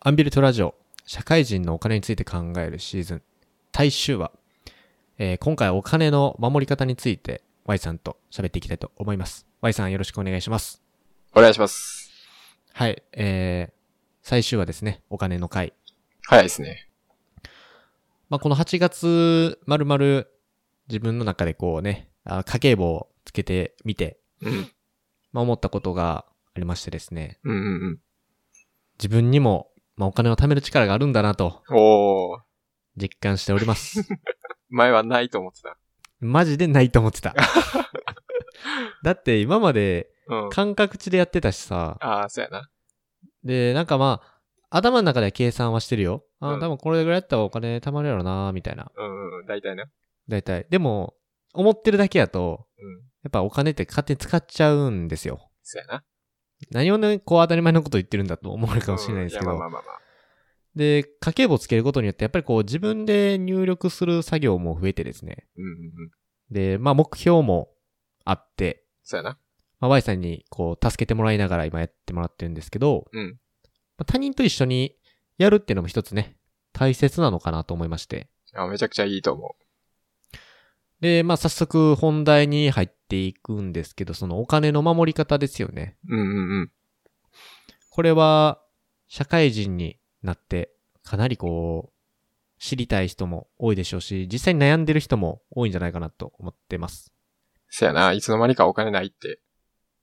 アンビルトラジオ社会人のお金について考えるシーズン大衆話、えー今回はお金の守り方について Y さんと喋っていきたいと思います Y さんよろしくお願いしますお願いします。はいえー、最終話ですねお金の回、早いですね。まあ、この8月まるまる自分の中でこうねあ家計簿をつけてみて、うん。まあ、思ったことがありましてですねうんうん自分にも、まあ、お金を貯める力があるんだなとうん。おー。実感しております前はないと思ってた。マジでないと思って た。だって今までうん。感覚値でやってたしさ。ああ、そうやな。で、なんかまあ、頭の中では計算はしてるよ。あうーん多分これぐらいやったらお金貯まるやろな、みたいな。うんうん。大体な。だいたい。でも、思ってるだけやと、うん。やっぱお金って勝手に使っちゃうんですよ。そうやな。何をね、こう当たり前のこと言ってるんだと思われるかもしれないですけうんやどまあ。まあまあまあ。で、家計簿つけることによって、やっぱりこう自分で入力する作業も増えてですね。うんうんうん。で、まあ目標もあって、そうやな。まあ、Y さんにこう助けてもらいながら今やってもらってるんですけど、うん。まあ、他人と一緒にやるっていうのも一つね、大切なのかなと思いまして。あめちゃくちゃいいと思で、まあ早速本題に入っていくんですけど、そのお金の守り方ですよね。う。うんうんうん。これは社会人になってかなりこう、知りたい人も多いでしょうし、実際に悩んでる人も多いんじゃないかなと思ってます。そうやな。いつの間にかお金ないって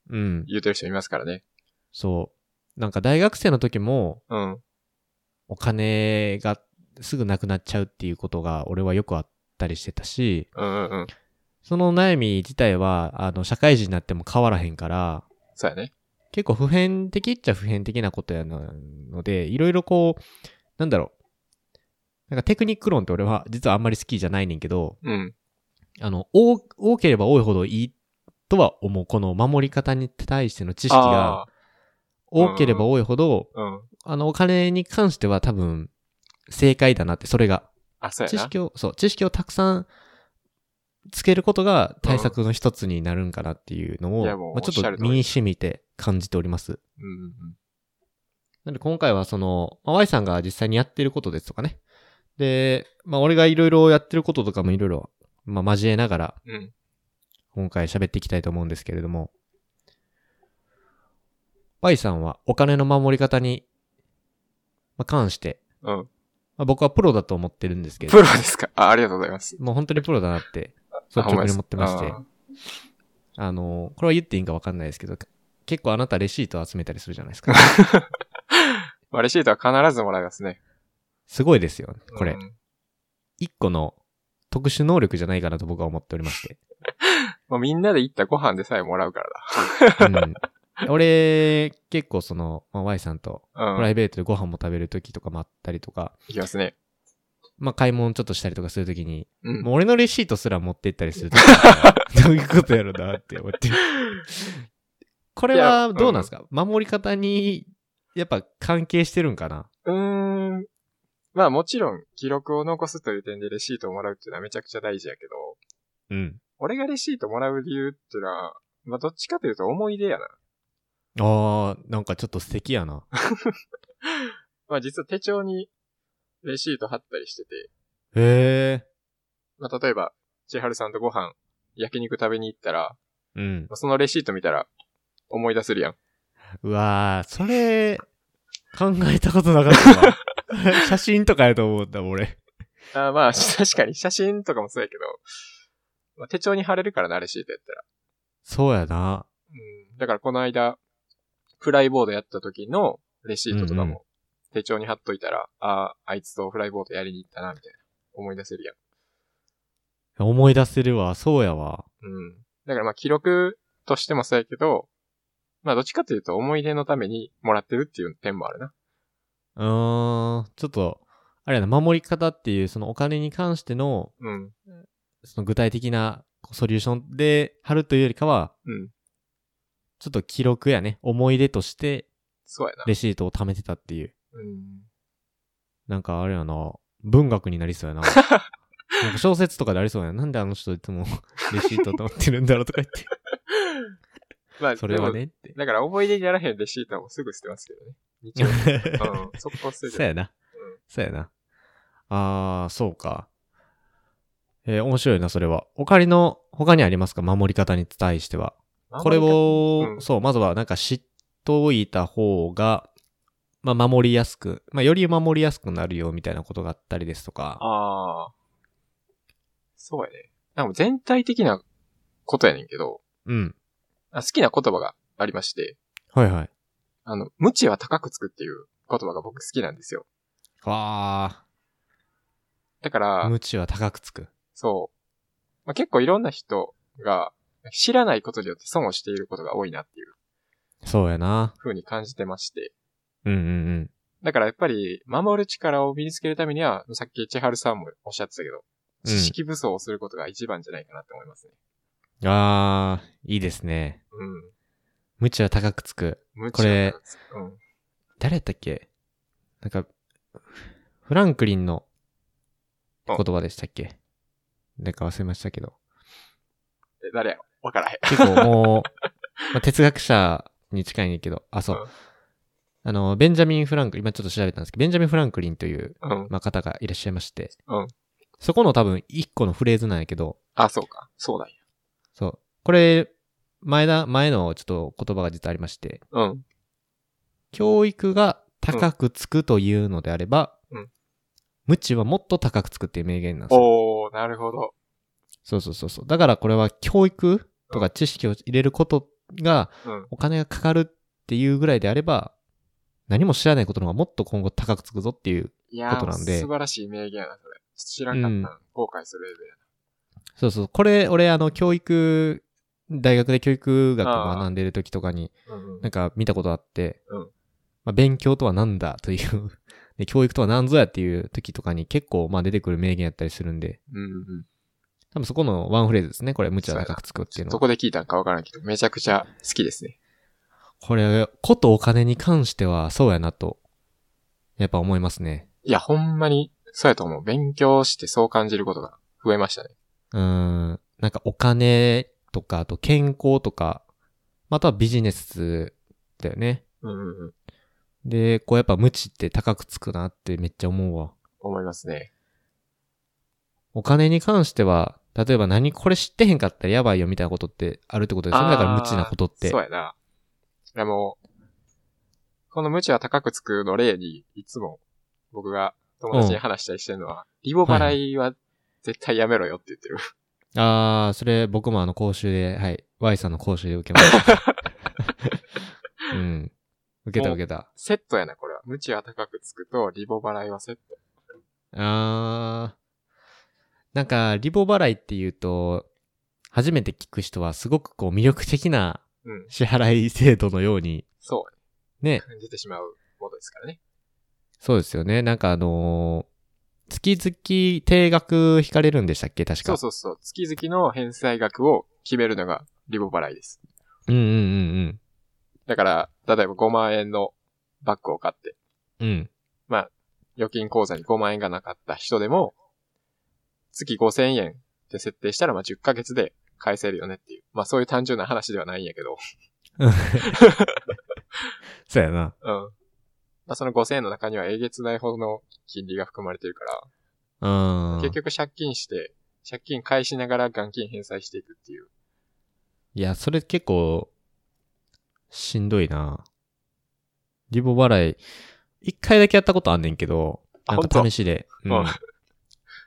うん。言うてる人いますからね。そう。なんか大学生の時も、うん。お金がすぐなくなっちゃうっていうことが俺はよくあったりしてたし、うんうんうん。その悩み自体は、あの、社会人になっても変わらへんから、そうやね。結構普遍的っちゃ普遍的なことやなので、いろいろこう、なんだろう。なんかテクニック論って俺は実はあんまり好きじゃないねんけど、うん。あの、多、多ければ多いほどいいとは思う。この守り方に対しての知識があ多ければ多いほど、あ。うん。あの、お金に関しては多分、正解だなって、それが。あ、そうや知な。識を、そう、知識をたくさんつけることが対策の一つになるんかなっていうのうんを、いやもうまあ、ちおっょしゃっると通り身に染みて感じております。うんうんうん。なんで今回はその、まあ、Y さんが実際にやってることですとかね。で、まあ俺がいろいろやってることとかもいろいろ、まあ交えながらうん。今回喋っていきたいと思うんですけれども、Y さんはお金の守り方に、まあ、関して、うん。まあ、僕はプロだと思ってるんですけプどロ、ですかあありがとうございます。もう本当にプロだなって、率あほん直にです思ってましてあ。ーあの、これは言っていいんかわかんないですけど、結構あなたレシート集めたりするじゃないです か。まあ、レシートは必ずもらいますね。すごいですよ、こうれ。ん一個の特殊能力じゃないかなと僕は思っておりま して。まあ、みんなで行ったご飯でさえもらうからうん、俺、結構その、まあ、Y さんとだ。プうラん。イベートでご飯も食べる時とかもあったりとか、行きますね。まあ、買い物ちょっとしたりとかする時に、うん。もう俺のレシートすら持って行ったりす る時あるからどういうことやろうなって思って。これいやうはんどうなんですか、守り方に、やっぱ関係してるんかなうーん。まあもちろん、記録を残すという点でレシートをもらうっていうのはめちゃくちゃ大事やけど、うん。俺がレシートもらう理由っていうのは、まあどっちかというと思い出やな。ああ、なんかちょっと素敵やな。まあ実は手帳にレシート貼ったりしてて、 へえ。まあ例えば、千春さんとご飯、焼肉食べに行ったら、うんま。あそのレシート見たら思い出せるやん。うわー、それ、考えたことなかった わ。写真とかやと思った、俺。あーまあ 確かに写真とかもそうやけど、まあ手帳に貼れるからな、レシートやったら。そうやな。うん。だからこの間、フライボードやった時のレシートとかうんうんも手帳に貼っといたら、ああ、あいつとフライボードやりに行ったな、みたいな。思い出せるやん。思い出せるわ、そうやわ。うん。だからまあ記録としてもそうやけど、まあどっちかというと思い出のためにもらってるっていう点もあるな。うーん、ちょっと、あれやな、守り方っていう、そのお金に関しての、うん。その具体的なこうソリューションで貼るというよりかは、うん。ちょっと記録やね、思い出としてそうやな。レシートを貯めてたっていう。うん。なんかあれやな、文学になりそうや な。なんか小説とかでありそうやな。なんであの人いつも レシートと思ってるんだろうとか言って。まあ、それはでも。ねって。 だから思い出にならへんレシートはもうすぐ捨てますけどね。日 曜日。うん。そこ忘れそうてやな。そうやな。あー、そうか。えー面白いな、それは。おかりの、他にありますか守り方に対しては。たこれを、うんそう、まずはなんか知っといた方が、まあ、守りやすく、まあ、より守りやすくなるよみたいなことがあったりですとか。ああ。そうやね。なんか全体的なことやねんけど、うん。あ好きな言葉がありまして、はいはい。あの、無知は高くつくっていう言葉が僕好きなんですよ。わだかー、ら、無知は高くつく。そう。まあ、結構いろんな人が知らないことによって損をしていることが多いなっていうそうやな。風に感じてまして。うんうんうん。だからやっぱり、守る力を身につけるためには、さっき千春さんもおっしゃってたけど、うん知識武装をすることが一番じゃないかなって思いますね。あー、いいですね。うん。無知は高くつく。無知これは高くつくうん。誰やったっけなんか、フランクリンの言あ葉でしたっけなんか忘れましたけど。え誰やろわからへん。結構もう、まあ哲学者に近いんやけど、あ、そううん。あの、ベンジャミン・フランクリン、今ちょっと調べたんですけど、ベンジャミン・フランクリンという、うん。まあ、方がいらっしゃいまして、うんそこの多分一個のフレーズなんやけど、あ、そうか。そうなんや。そう。これ、前だ、前のちょっと言葉が実はありまして、うん。教育が高くつくというのであれば、うん無知はもっと高くつくっていう名言なんですよ。おー、なるほど。そうそうそうそう。だからこれは教育とか知識を入れることがうん。お金がかかるっていうぐらいであれば、何も知らないことの方がもっと今後高くつくぞっていう。いやことなんー、で素晴らしい名言やな、それ。知らんかったな。後悔するレベルやそうそう。これ、俺、あの、教育、大学で教育学を学んでる時とかに、な。うんうんなんか見たことあって、うんまあ、勉強とは何だという、 で教育とは何ぞやっていう時とかに結構まあ出てくる名言やったりするんで、うんうん。多分そこのワンフレーズですね。これ、無茶高くつくっていうのどは。こで聞いたんかわからんけど、めちゃくちゃ好きですね。これ、ことお金に関してはそうやなと、やっぱ思いますね。いや、ほんまに、そうやと思う。勉強してそう感じることが増えましたね。うーん、なんかお金とか、あと健康とか、またはビジネスだよね。うんうんうん。で、こうやっぱ無知って高くつくなってめっちゃ思うわ。思いますね。お金に関しては、例えば何これ知ってへんかったらやばいよみたいなことってあるってことですよね。だから無知なことって。そうやな。それはもう、この無知は高くつくの例に、いつも僕が友達に話したりしてるのは、リボ払いは絶対やめろよって言ってる。あー、それ僕もあの講習で、はい。Y さんの講習で受けま した。うん。受けた受けた。セットやな、これは。無知は高くつくと、リボ払いはセット。あー。なんか、リボ払いっていうと、初めて聞く人はすごくこう魅力的なうん。支払い制度のように、そう。ね、感じてしまうものですからね。そうですよね。なんかあのー月々定額引かれるんでしたっけ確か。そうそうそう。月々の返済額を決めるのがリボ払いです。うんうんうんだから、例えば5万円のバッグを買って、うん。うん。預金口座に5万円がなかった人でも、月5000円って設定したら、まあ、10ヶ月で返せるよねっていう。まあ、そういう単純な話ではないんやけど、そうやな。うん。まあ、その5000円の中にはえげつないほどの金利が含まれてるから、うん。結局借金して、借金返しながら元金返済していくっていう。いや、それ結構、しんどいな。リボ払い、一回だけやったことあんねんけど、あなん本か当試しで。うんうん。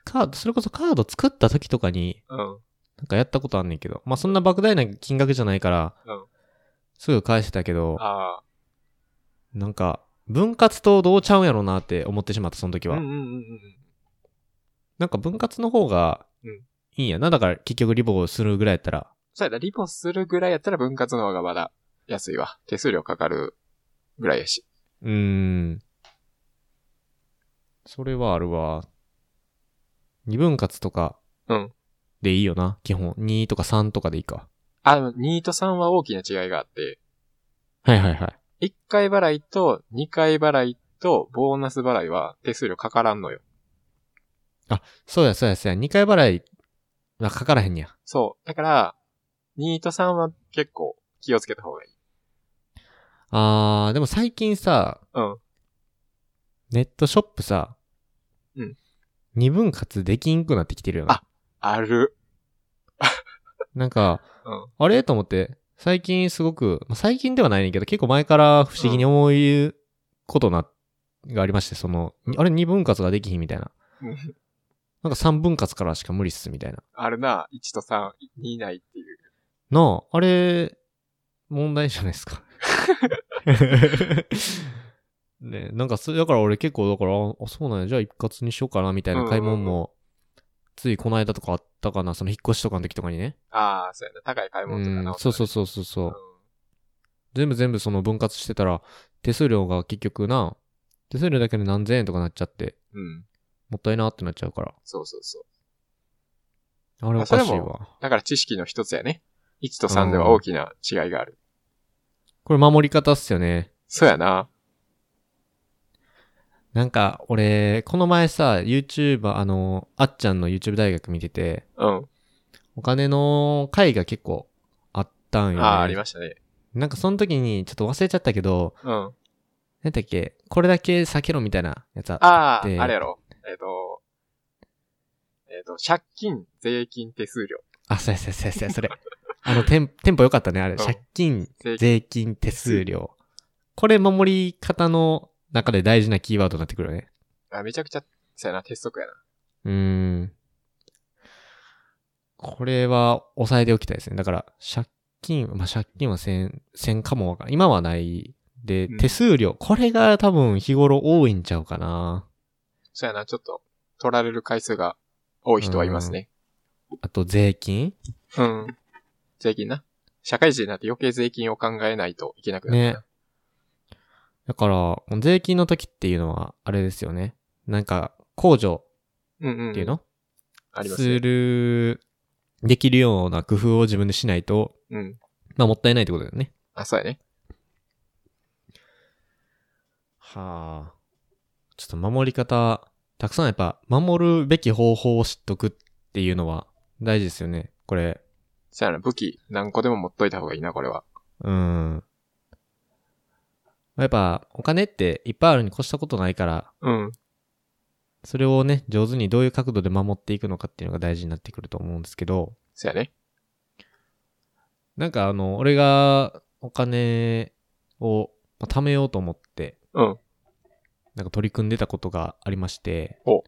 カード、それこそカード作った時とかに、うん。なんかやったことあんねんけど、まあ、そんな莫大な金額じゃないから、うんすぐ返してたけど、あなんか、分割とどうちゃうんやろうなって思ってしまった、その時あ。うは。んうんうんうん。なんか分割の方がうん、いいんやな。だから結局リボをするぐらいやったら、そうやな、リポするぐらいやったら分割の方がまだ安いわ。手数料かかるぐらいやし。うーん。それはあるわ。二分割とか。うんでいいよな、基本。2とか3とかでいいか。あ、2と3は大きな違いがあって、はいはいはい。 1回払いと2回払いとボーナス払いは手数料かからんのよ。そうやそうやそうや。2回払いはかからへんねや。そう。だから、2と3は結構気をつけた方がいい。あー、でも最近さ、うん。ネットショップさ、うん。二分割できんくなってきてるよな。ある。なんか、うん。あれと思って、最近すごく、まあ最近ではないねんけど、結構前から不思議に思うことな、がありまして、その、にあれ二分割ができひんみたいな。うんなんか三分割からしか無理っすみたいな。あるな。1と3、2以内っていう。なあ、あれ、問題じゃないですか。ねなんかそれ、だから俺結構、だから、あ、そうなんや、じゃあ一括にしようかな、みたいな買い物うんうんも、ついこの間とかあったかな、その引っ越しとかの時とかにね。ああ、そうやな。高い買いう物とかんな。、そうそうそうそうそう。全部全部その分割してたら、手数料が結局な、手数料だけで何千円とかなっちゃって、うん。うん。もったいなってなっちゃうから。そうそうそう。あれおかしいそれわ。だから知識の一つやね。1と3では大きな違いがある。これ守り方っすよね。そうやな。なんか、俺、この前さ、YouTuber、あの、あっちゃんの YouTube 大学見てて、うん。お金の回が結構あったんよ、ね。ああー、ありましたね。なんかその時に、ちょっと忘れちゃったけど、うん。なんだっけ、これだけ避けろみたいなやつあああ、であれやろ。えっ、と、えっ、と、借金、税金、手数料。あ、そうやそうやそうやそうや、それ。あの、テン、テンポ良かったね、あれ。ん借金、税税金、手数料。これ守り方の中で大事なキーワードになってくるよね。あめちゃくちゃ、そうやな、鉄則やな。うーん。これは抑えておきたいですね。だから、借金、まあ、借金は1000、1000かもわかん今はない。でうん、手数料。これが多分日頃多いんちゃうかな。そうやな、ちょっと、取られる回数が多い人はいますね。あと、税金うん。税金な。社会人になって余計税金を考えないといけなくなるね。だから、税金の時っていうのは、あれですよね。なんか、控除うんうん。っていうの、ありますすね。る、できるような工夫を自分でしないと、うん。まあもったいないってことだよね。あ、そうやね。はあ。ちょっと守り方、たくさんやっぱ守るべき方法を知っとくっていうのは大事ですよね。これ。そうやな、武器何個でも持っといた方がいいな、これは。うん。やっぱお金っていっぱいあるに越したことないから、うん。それをね、上手にどういう角度で守っていくのかっていうのが大事になってくると思うんですけど、そうやね。なんかあの、俺がお金をまあ貯めようと思って、うん。なんか取り組んでたことがありましてほ。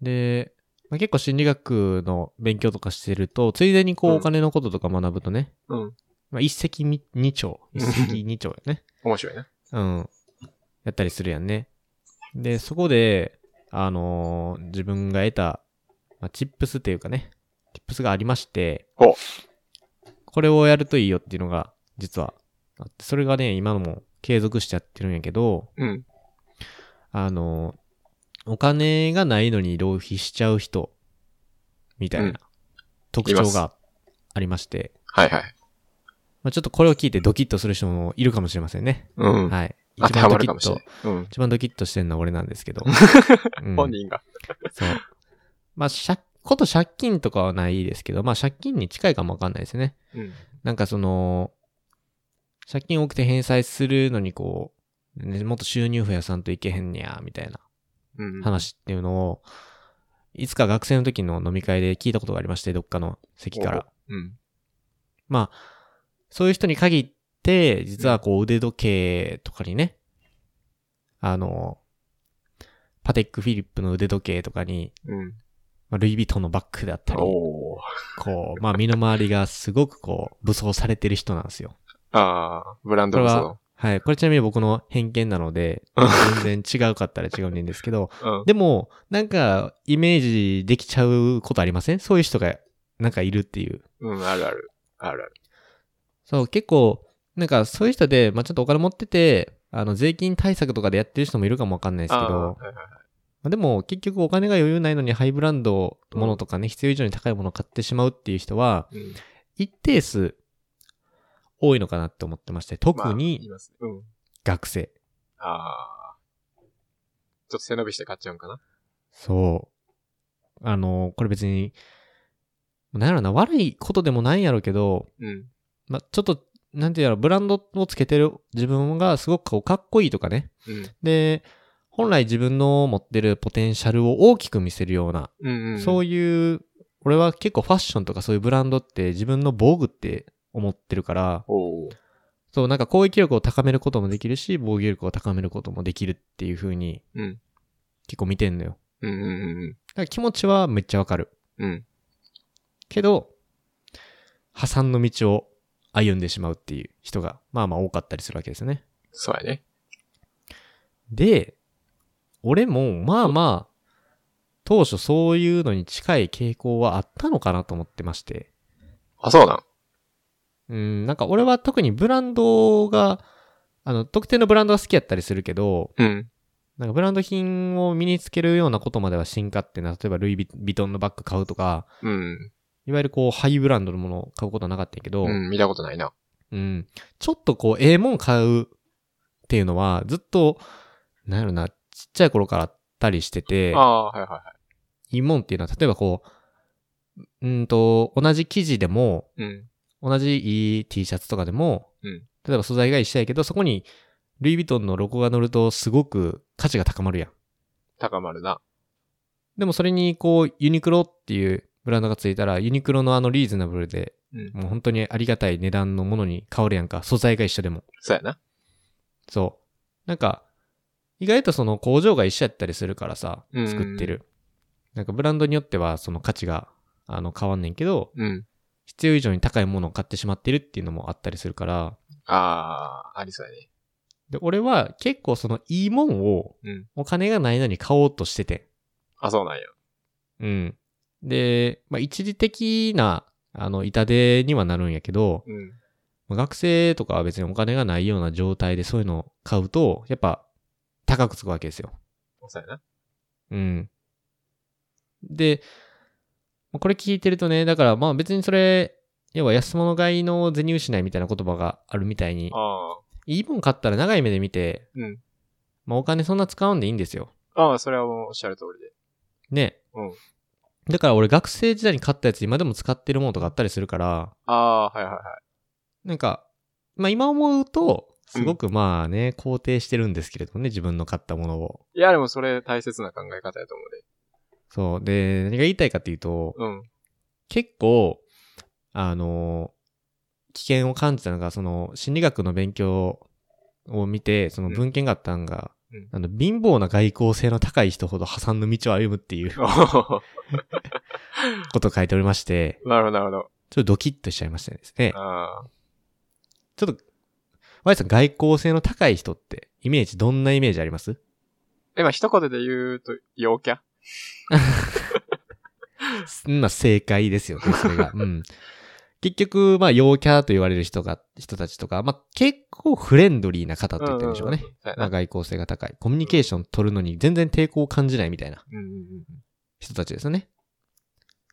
で、まあ、結構心理学の勉強とかしてると、ついでにこううんお金のこととか学ぶとね、うん。まあ、一石二二鳥。うん一石二鳥やね。面白いな。うん。やったりするやんね。で、そこで、あのー自分が得た、まあ、チップスっていうかね、チップスがありましてほう、これをやるといいよっていうのが、実はあって、それがね、今のも継続しちゃってるんやけど、うん。あの、お金がないのに浪費しちゃう人、みたいうんな特徴がありまして、はいはい。まあ、ちょっとこれを聞いてドキッとする人もいるかもしれませんね。うん。はい。当てはまるかもし一れ番なドキッいと、。うん。一番ドキッとしてるのは俺なんですけ ど。うん本人が。そう。まあ、借こと借金とかはないですけど、まあ、借金に近いかもわかんないですね。うん。なんかその、借金多くて返済するのにこう、ねもっと収入増やさんといけへんにゃー、みたいな。うん。話っていうのを、いつか学生の時の飲み会で聞いたことがありまして、どっかの席から。うん。まあ、そういう人に限って、実はこう腕時計とかにね、あの、パテック・フィリップの腕時計とかに、うん。まあルイ・ヴィトンのバッグだったり、おお。こう、まあ身の回りがすごくこう、武装されてる人なんですよ。ああ、ブランこドれもはそ、はい、これちなみに僕の偏見なので、全然違うかったら違うんですけど、う。うん。でも、なんか、イメージできちゃうことありませんそういう人が、なんかいるっていう。うん、あるある。あるある。そう、結構、なんかそういう人で、まあちょっとお金持ってて、あの、税金対策とかでやってる人もいるかもわかんないですけあーど、はいはいまあでも、結局お金が余裕ないのにハイブランドものとかね、必要以上に高いものを買ってしまうっていう人は、うん一定数、多いのかなって思ってまして、まあ特言いにますねうん。学生。ああ。ちょっと背伸びして買っちゃうんかな。そう。あの、これ別に、なんやろな、悪いことでもないんやろうけど、うん。まあ、ちょっとなんていうやろ、ブランドをつけてる自分がすごくこうかっこいいとかね。うん。で、本来自分の持ってるポテンシャルを大きく見せるような、うん、うん。そういう、俺は結構ファッションとかそういうブランドって自分の防具って思ってるから、おう。そう、なんか攻撃力を高めることもできるし、防御力を高めることもできるっていう風にうん。結構見てんのよ。うんうんうんだから気持ちはめっちゃわかる。うん。うん。けど、破産の道を歩んでしまうっていう人が、まあまあ多かったりするわけですね。そうやね。で、俺も、まあまあ、当初そういうのに近い傾向はあったのかなと思ってまして。あ、そうなん。うん、なんか俺は特にブランドが、あの、特定のブランドが好きやったりするけど、うん。なんかブランド品を身につけるようなことまでは進化ってな、例えばルイ・ヴィトンのバッグ買うとか、うん。いわゆるこうハイブランドのものを買うことはなかったんやけど、うん、見たことないな。うん。ちょっとこう、ええもん買うっていうのは、ずっと、なんやろな、ちっちゃい頃からあったりしててあ、あ、はいはいはいいもんっていうのは、例えばこう、うんと、同じ生地でも、い。うん。同じいい T シャツとかでも、うん例えば素材が一緒やけど、そこに、ルイ・ヴィトンのロゴが乗ると、すごく価値が高まるやん。高まるな。でもそれに、こう、ユニクロっていうブランドがついたら、ユニクロのあのリーズナブルで、うん。もう本当にありがたい値段のものに変わるやんか、素材が一緒でも。そうやな。そう。なんか、意外とその工場が一緒やったりするからさ、うん作ってる。なんかブランドによってはその価値があの変わんねんけど、うん。必要以上に高いものを買ってしまってるっていうのもあったりするから、ああ、ありそうやね。で、俺は結構そのいいもんをうんお金がないのに買おうとしてて。あ、そうなんや。うん。で、まあ一時的な、あの、痛手にはなるんやけど、うん。まあ学生とかは別にお金がないような状態でそういうのを買うと、やっぱ高くつくわけですよ。そうやな。うん。で、まあこれ聞いてるとね、だからまあ別にそれ、要は安物買いの銭失いみたいな言葉があるみたいに、ああ、いいもん買ったら長い目で見て、うん。まあお金そんな使うんでいいんですよ。ああ、それはもうおっしゃる通りで。ね。うん。だから俺学生時代に買ったやつ今でも使ってるものとかあったりするから、ああー、はいはいはい。なんか、まあ今思うと、すごくまあね、肯定してるんですけれどもね、自分の買ったものを。いや、でもそれ大切な考え方やと思うで。そう。で、何が言いたいかっていうと、うん。 結構、あの、危険を感じたのが、その、心理学の勉強を見て、そのうん文献があったんが、うんあの、貧乏な外交性の高い人ほど破産の道を歩むっていうおーことを書いておりまして、なるほど、なるほど。ちょっとドキッとしちゃいましたですね。あちょっと、Y さん、外交性の高い人って、イメージ、どんなイメージありますあ。今一言で言うと、陽キャまあ、正解です よね、それが。うん。結局、まあ、陽キャと言われる人が、人たちとか、まあ、結構フレンドリーな方って言ってるんでしょうねん。んんそうやまあな。外交性が高い。コミュニケーション取るのに全然抵抗を感じないみたいなうんうんうん。人たちですよね。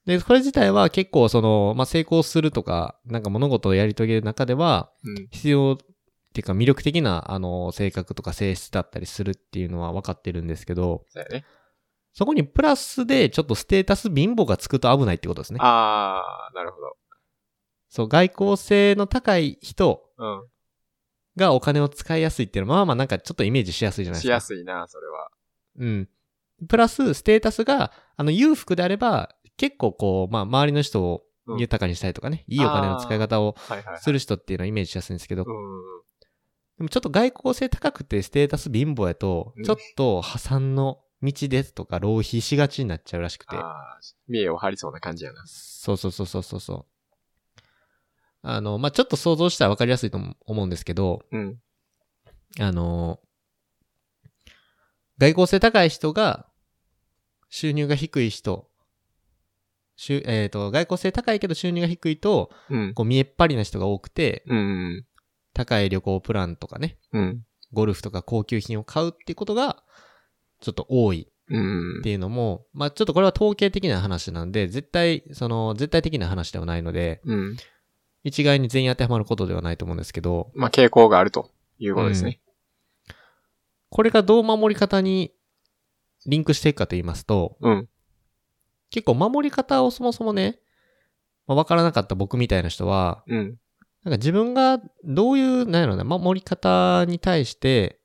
で、これ自体は結構その、まあ、成功するとか、なんか物事をやり遂げる中では、うん。必要っていうか魅力的な、あの、性格とか性質だったりするっていうのは分かってるんですけど、そうやね。そこにプラスでちょっとステータス貧乏がつくと危ないってことですね。ああ、なるほど。そう、外交性の高い人うん。がお金を使いやすいっていうのは、まあまあなんかちょっとイメージしやすいじゃないですか。しやすいな、それは。うん。プラス、ステータスが、あの、裕福であれば、結構こう、まあ、周りの人をうん豊かにしたりとかね、いいお金の使い方をはいはいはい。する人っていうのはイメージしやすいんですけど、うでん。もちょっと外交性高くてステータス貧乏やとうん、ちょっと破産の道ですとか、浪費しがちになっちゃうらしくて、ああ、見栄を張りそうな感じやな。そうそうそうそうそうそう。あの、まあ、ちょっと想像したらわかりやすいと思うんですけど、うん。あの、外交性高い人が、収入が低い人、収えっ、と、外交性高いけど収入が低いと、うん。こう見えっ張りな人が多くて、うん。高い旅行プランとかね、うん。ゴルフとか高級品を買うっていうことが、ちょっと多いうんっ。ていうのも、まあちょっとこれは統計的な話なんで、絶対、その、絶対的な話ではないので、うん。一概に全員当てはまることではないと思うんですけど、まあ、傾向があるということですね。これがどう守り方にリンクしていくかと言いますと、うん。結構守り方をそもそもね、まあ、分からなかった僕みたいな人は、うん。なんか自分がどういう、なんやろな、守り方に対して、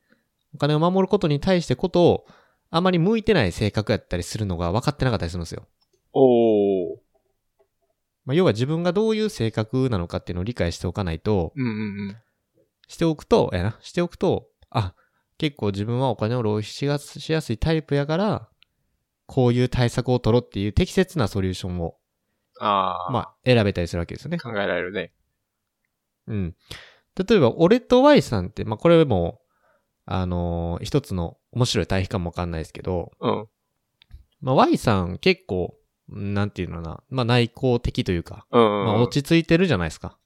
お金を守ることに対してことを、あまり向いてない性格やったりするのが分かってなかったりするんですよ。おー。まあ、要は自分がどういう性格なのかっていうのを理解しておかないと、うんうんうん。しておくと、やな、しておくと、あ、結構自分はお金を浪費しやすしやすいタイプやから、こういう対策を取ろうっていう適切なソリューションを、あー。まあ、選べたりするわけですよね。考えられるね。うん。例えば、俺と Y さんって、まあ、これも、あのー一つの面白い対比かもわかんないですけど、うん。まあ、Y さん結構、うんなんていうのかな、まあ、内向的というか、うん、うん。まあ、落ち着いてるじゃないです か。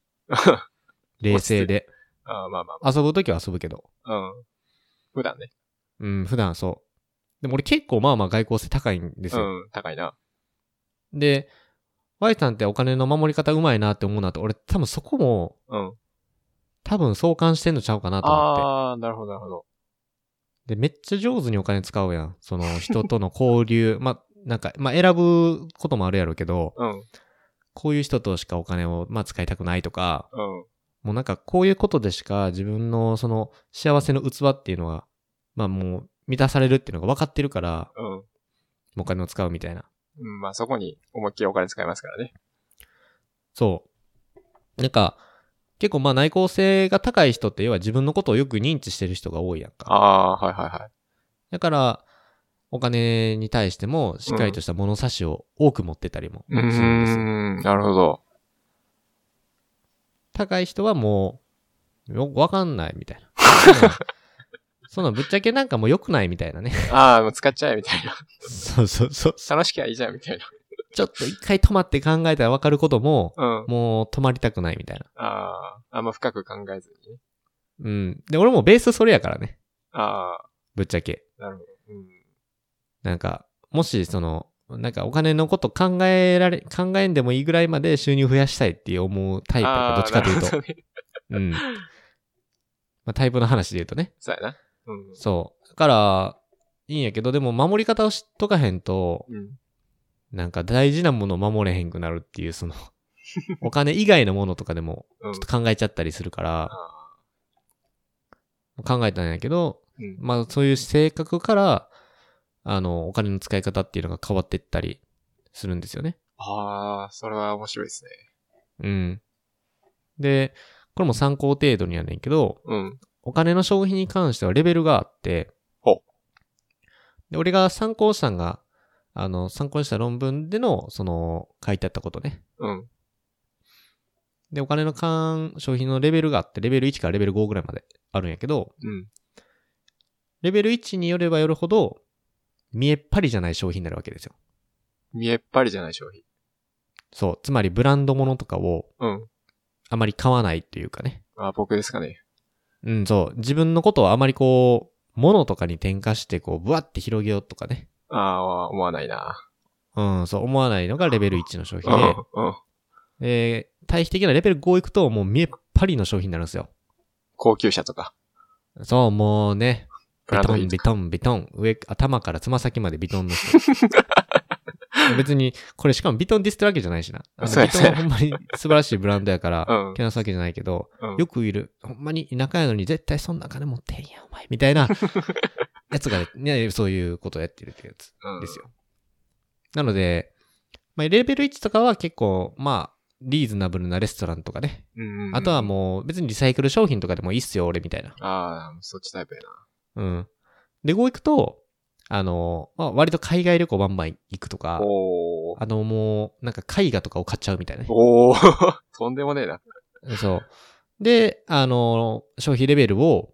冷静で。あーまあまあ遊ぶときは遊ぶけど。まあ。うん。普段ね。うん、普段そう。でも俺結構まあまあ外交性高いんですうよ。ん。高いな。で、Y さんってお金の守り方うまいなって思うなと、俺多分そこも、うん。多分相関してんのちゃうかなと思って。あー、なるほど、なるほど。で、めっちゃ上手にお金使うやん。 その人との交流。ま、なんか、まあ、選ぶこともあるやろうけど、うん。こういう人としかお金を、まあ、使いたくないとか、うん。もうなんかこういうことでしか自分のその幸せの器っていうのは、まあもう満たされるっていうのが分かってるから、うん。もうお金を使うみたいな。うん、まあそこに思いっきりお金使いますからね。そう。なんか、結構まあ内向性が高い人って要は自分のことをよく認知してる人が多いやんか。ああ、はいはいはい。だから、お金に対してもしっかりとした物差しを多く持ってたりもすうるんですよ。ーん、なるほど。高い人はもう、よくわかんないみたい な。そんなんそのぶっちゃけなんかもう良くないみたいなね。ああ、もう使っちゃえみたいな。 そうそうそう。楽しきゃいいじゃんみたいな。ちょっと一回止まって考えたらわかることも、うん。もう止まりたくないみたいな。ああ、あんま深く考えずにね。うん。で、俺もベースそれやからね。ああ、ぶっちゃけ。なるほど。うん。なんか、もしその、なんかお金のこと考えられ、考えんでもいいぐらいまで収入増やしたいって思うタイプやからああどっちかというなると。ほどねうん。まあ、タイプの話で言うとね。そうやな。うん。そう。だから、いいんやけど、でも守り方を知っとかへんと、うん。なんか大事なものを守れへんくなるっていう、そ の、お金以外のものとかでもうんちょっと考えちゃったりするから、ああ考えたんやけど、うん。まあそういう性格から、あの、お金の使い方っていうのが変わっていったりするんですよね。ああ、それは面白いですね。うん。で、これも参考程度にはねんけど、うん。お金の消費に関してはレベルがあって、ほで、俺が参考したんが、あの、参考にした論文での、その、書いてあったことね。うん。で、お金の関、消費のレベルがあって、レベル1からレベル5ぐらいまであるんやけど、うん。レベル1によればよるほど、見えっ張りじゃない商品になるわけですよ。見えっぱりじゃない消費。そう。つまりブランド物とかをうん。あまり買わないっていうかね。ああ、僕ですかね。うん、そう。自分のことをあまりこう、物とかに転化して、こう、ブワって広げようとかね。ああ、思わないな。うん、そう思わないのがレベル1の商うん。品で。うん。えー、対比的なレベル5行くと、もう見えっ張りの商品になるんですよ。高級車とか。そう、もうね。ブビラントド品ン、とビか。トン、ビトン。上、頭からつま先までビトンの人。 別に、これしかもビトンディスってるわけじゃないしな。あそうのやビトンはほんまに素晴らしいブランドや からうん、けなすわけじゃないけど、うんよくいる。ほんまに田舎やのに絶対そんな金持ってへんやん、お前。みたい なやつがね、ねそういうことをやってるってやつうんですよ。なので、まあ、レベル1とかは結構、まあ、リーズナブルなレストランとかね。うんうん。あとはもう別にリサイクル商品とかでもいいっすよ、俺みたいな。ああ、そっちタイプやうん。で、5行くと、あの、まあ、割と海外旅行バンバン行くとな。か、おお。あの、もう、なんか絵画とかを買っちゃうみたいなね。 おおとんでもねえな。そう。で、あの、消費レベルを、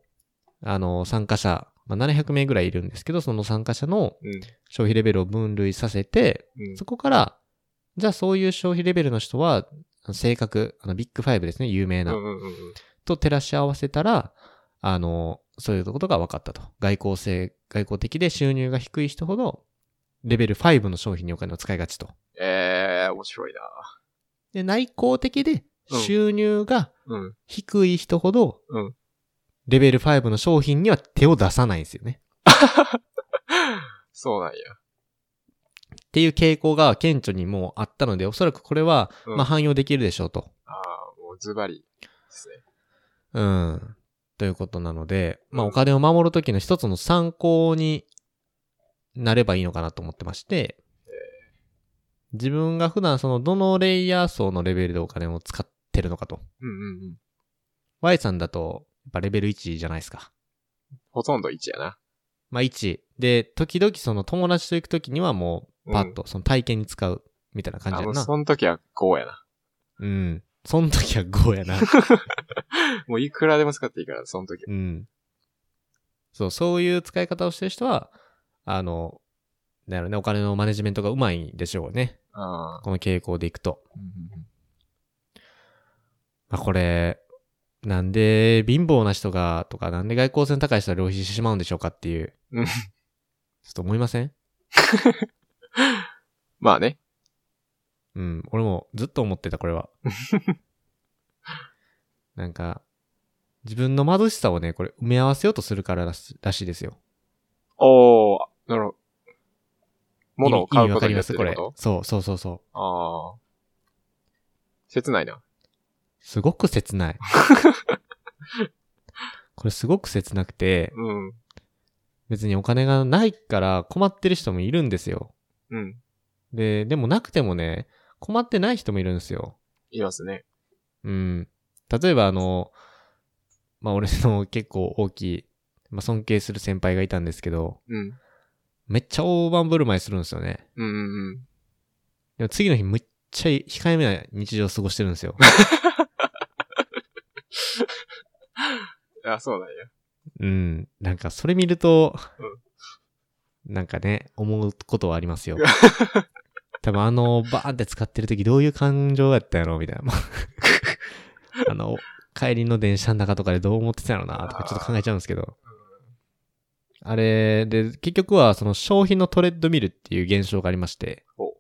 あの、参加者、まあ、700名ぐらいいるんですけど、その参加者のうん。消費レベルを分類させて、うんそこから、じゃあそういう消費レベルの人は、性格、あの、ビッグファイブですね、有名うな、んうんうんうん。と照らし合わせたら、あの、そういうことが分かったと。外交性、外交的で収入が低い人ほど、レベル5の商品にお金を使いがちと。ええー、面白いな。で、内向的でうん収入がうん。低い人ほど、うんレベル5の商品には手を出さないんですよね。そうなんっや。ていう傾向が顕著にもうあったので、おそらくこれは、うんまあ汎用できるでしょうと。ああ、もうズバリ、ですね。うん。ということなので、まあお金を守るときの一つの参考になればいいのかなと思ってまして、自分が普段そのどのレイヤー層のレベルでお金を使ってるのかと。うんうんうん。 Y さんだと、やっぱレベル1じゃないですか。ほとんど1やな。まあ1。で、時々その友達と行くときにはもう、パッとその体験に使う、みたいな感じあ、やもんうな。その時は5やな。うん。その時は5やな。 もういくらでも使っていいから、その時は。うん。そう、そういう使い方をしてる人は、あの、なんやろね、お金のマネジメントがうまいんでしょうね。ああ。この傾向でいくと。うんうんまあ、これ、なんで貧乏な人が、とか、なんで外交性の高い人は浪費してしまうんでしょうかっていう。うんちょっと思いませんまあね。うん、俺もずっと思ってた、これは。 なんか、自分の貧しさをね、これ埋め合わせようとするかららしらしいですよ。おー、なるほど。物を買うことに意よっ味意てっ味てこわかりますとこれ。そうそうそうそう。ああ。切ないな。すごく切ない。 これすごく切なくて、うん。別にお金がないから困ってる人もいるんですよ。うん。で、でもなくてもね、困ってない人もいるんですよ。いますね。うん。例えばあの、まあ、俺の結構大きい、まあ、尊敬する先輩がいたんですけど、うん。めっちゃ大盤振る舞いするんですよね。うんうんうん。でも次の日むっちゃ控えめな日常を過ごしてるんですよ。あ、そうなんや。うん。なんか、それ見ると、なんかね、思うことはあります よ。多分あの、バーンって使ってる時どういう感情やったんやろみたい な。あの、帰りの電車の中とかでどう思ってたんやろなとかちょっと考えちゃうんですけど。あれで、結局はその消費のトレッドミルっていう現象がありましてほう、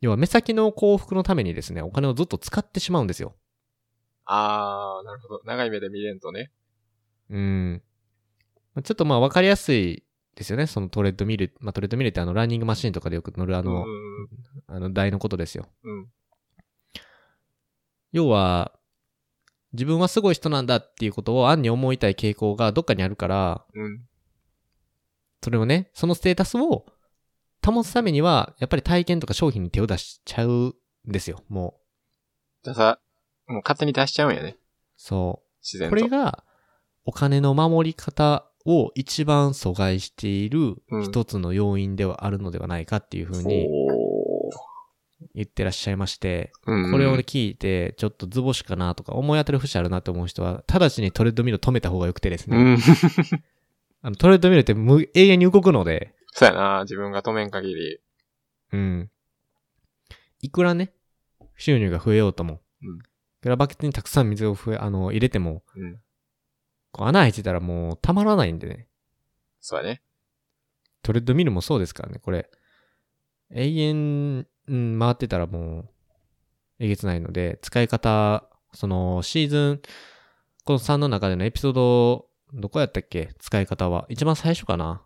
要は目先の幸福のためにですね、お金をずっと使ってしまうんですよ。あー、なるほど。長い目で見れんとね。うん。まあちょっとまあ分かりやすいですよね。そのトレッドミル。まあトレッドミルってあのランニングマシンとかでよく乗るああの、あの台のことですよ。うん。うん。要は、自分はすごい人なんだっていうことを暗に思いたい傾向がどっかにあるから、うん。それをね、そのステータスを保つためには、やっぱり体験とか商品に手を出しちゃうんですよ。もう。出さ、もう勝手に出しちゃうんやね。そう。自然と。これがお金の守り方を一番阻害している一つの要因ではあるのではないかっていうふうにおー言ってらっしゃいまして、うんうんこれをね聞いてちょっと図星かなとか思い当たる節あるなと思う人は、直ちにトレッドミル止めた方がよくてですうね、ん。そあのトレッドミルって無永遠に動くので、うやな。自分が止めん限り。うん。いくらね、収入が増えようとも、ういんくらバケツにたくさん水を増えあの入れても、うん。こう穴開いてたらもうたまらないんでね。そうやね。トレッドミルもそうですからね、これ。永遠、うん、回ってたらもう、えげつないので、使い方、その、シーズン、この3の中でのエピソード、どこやったっけ使い方は。一番最初かな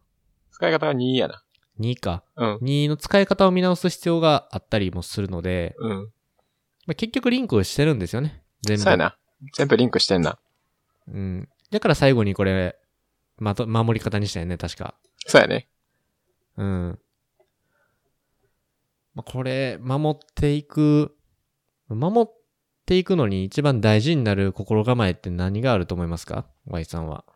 使い方は2やな。 ?2 か。うん。 2の使い方を見直す必要があったりもするので、うん。まあ、結局リンクをしてるんですよね。全部。そうやな。全部リンクしてんな。うん。だから最後にこれ、まと、守り方にしたよね、確か。そうやね。うん。まあこれ、守っていく、守っていくのに一番大事になる心構えって何があると思いますか ?Y さんは。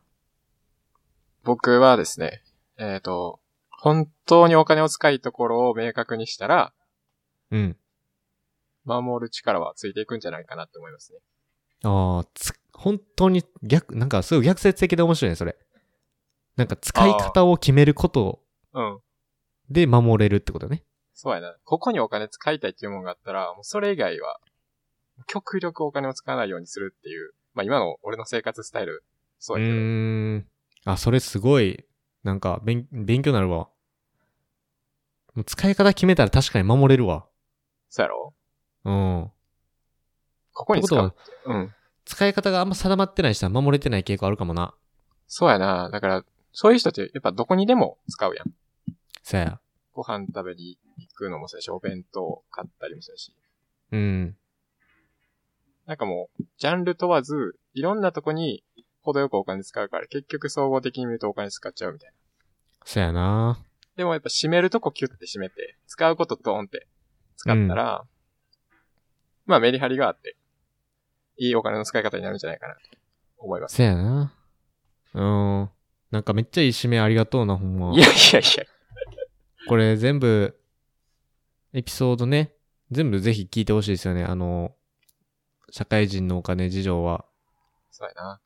僕はですね、えっ、と、本当にお金を使いところを明確にしたら、うん。守る力はついていくんじゃないかなって思いますね。ああ、つ、本当に逆、なんかすごい逆説的で面白いね、それ。なんか使い方を決めることうん。で守れるってことね。そうやな。ここにお金使いたいっていうもんがあったら、もうそれ以外は、極力お金を使わないようにするっていう、まあ今の俺の生活スタイル、そううやけどーん。あ、それすごい、なんか勉、勉強になるわ。もう使い方決めたら確かに守れるわ。そうやろうん。ここってこにと使はう。、うん。使い方があんま定まってない人は守れてない傾向あるかもな。そうやな。だから、そういう人ってやっぱどこにでも使うやん。さや。ご飯食べに行くのもそうやし、お弁当買ったりもそうやし。うん。なんかもう、ジャンル問わず、いろんなとこに程よくお金使うから、結局総合的に見るとお金使っちゃうみたいな。そやなでもやっぱ締めるとこキュッて締めて、使うことドーンって使ったら、まあメリハリがあって、いいお金の使い方になるんじゃないかなと思います。そやなうん。なんかめっちゃいい締めありがとうな、ほんまい。やいやいや、これ全部、エピソードね、全部ぜひ聞いてほしいですよね。あの、社会人のお金事情は。そうやな。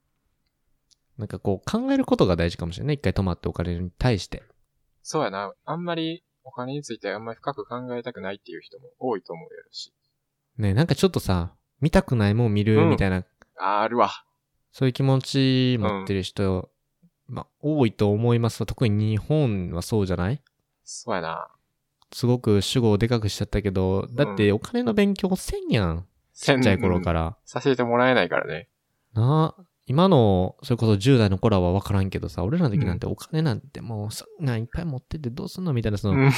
なんかこう考えることが大事かもしれない。一回止まってお金に対して。そうやな。あんまりお金についてあんまり深く考えたくないっていう人も多いと思うやろし。ね、なんかちょっとさ、見たくないもん見るうんみたいな、あーあるわ。そういう気持ち持ってる人、まあ多いと思います。特に日本はそうじゃないそうやな。すごく主語をでかくしちゃったけど、だってお金の勉強せんやん。ちちっちゃい頃から。させてもらえないからね。なあ、今の、それこそ10代の頃は分からんけどさ、俺らの時なんてお金なんてもうそんなんいっぱい持っててどうすんのみたいな、その、うん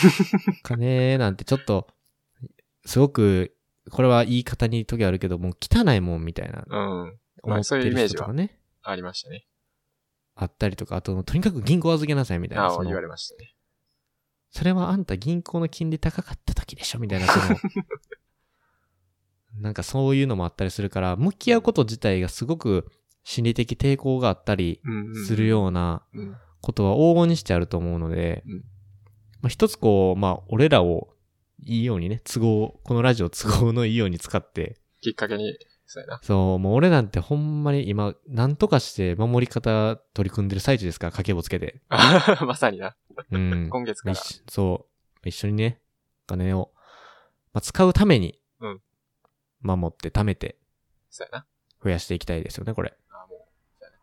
金なんてちょっと、すごく、これは言い方に時あるけど、もう汚いもんみたいな、うん。ま思あっそういうてイるメー人ジとはかね、ありましたね。あったりとか、あと、とにかく銀行預けなさいみたいあな、あそー、言わのれましたね。それはあんた銀行の金利高かった時でしょみたいな、そ の、なんかそういうのもあったりするから、向き合うこと自体がすごく心理的抵抗があったりうん、うん。するようなうん。ことは往々にしてあると思うので、うんまあ、一つこう、まあ、俺らをいいようにね、都合、このラジオ都合のいいように使って、きっかけに、そうやな。そう、もう俺なんてほんまに今、なんとかして守り方取り組んでる最中ですから、掛け棒つけて。あははまさにな。 うん。今月から。一緒そう。一緒にね、お金を、まあ、使うためにうん、守って、貯めて、そうやな。増やしていきたいですよね、これ。あーもうそうやな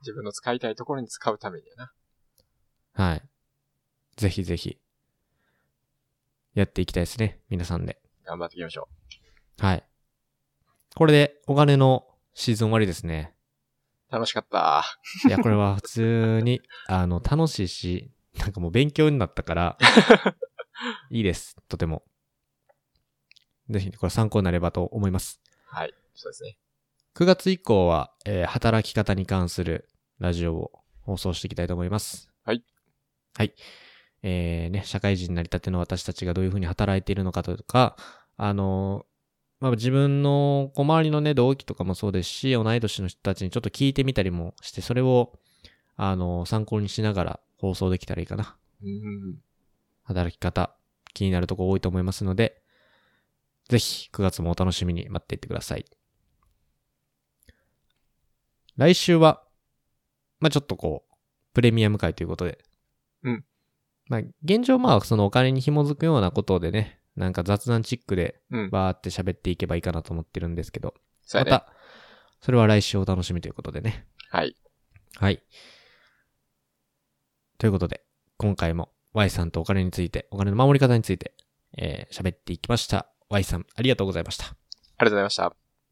自分の使いたいところに使うためにやな。はい。ぜひぜひ、やっていきたいですね、皆さんで。頑張っていきましょはい。これで、お金のシーズン終わりですね。う。楽しかった。いや、これ は普通に、あの、楽しいし、なんかもう勉強になった から、いいです。とても。ぜひ、これ参考になればと思います。はい。そうですね。 9月以降は、えー働き方に関するラジオを放送していきたいと思います。はい。はい。えー、ね、社会人になりたての私たちがどういうふうに働いているのかとか、あのまあ、自分の小回りのね、同期とかもそうですし、同い年の人たちにちょっと聞いてみたりもして、それを、あの参考にしながら放送できたらいいかな。うん。働き方、気になるとこ多いと思いますので、ぜひ9月もお楽しみに待っていてください。来週は、まあ、ちょっとこう、プレミアム会ということで。うん。まあ、現状まあ、そのお金に紐づくようなことでね、なんか雑談チックでうん。バーって喋っていけばいいかなと思ってるんですけど、そうまやね。た、それは来週お楽しみということでね。はい。はい。ということで、今回も Y さんとお金について、お金の守り方について、えー喋っていきました。Y さん、ありがとうございました。ありがとうございました。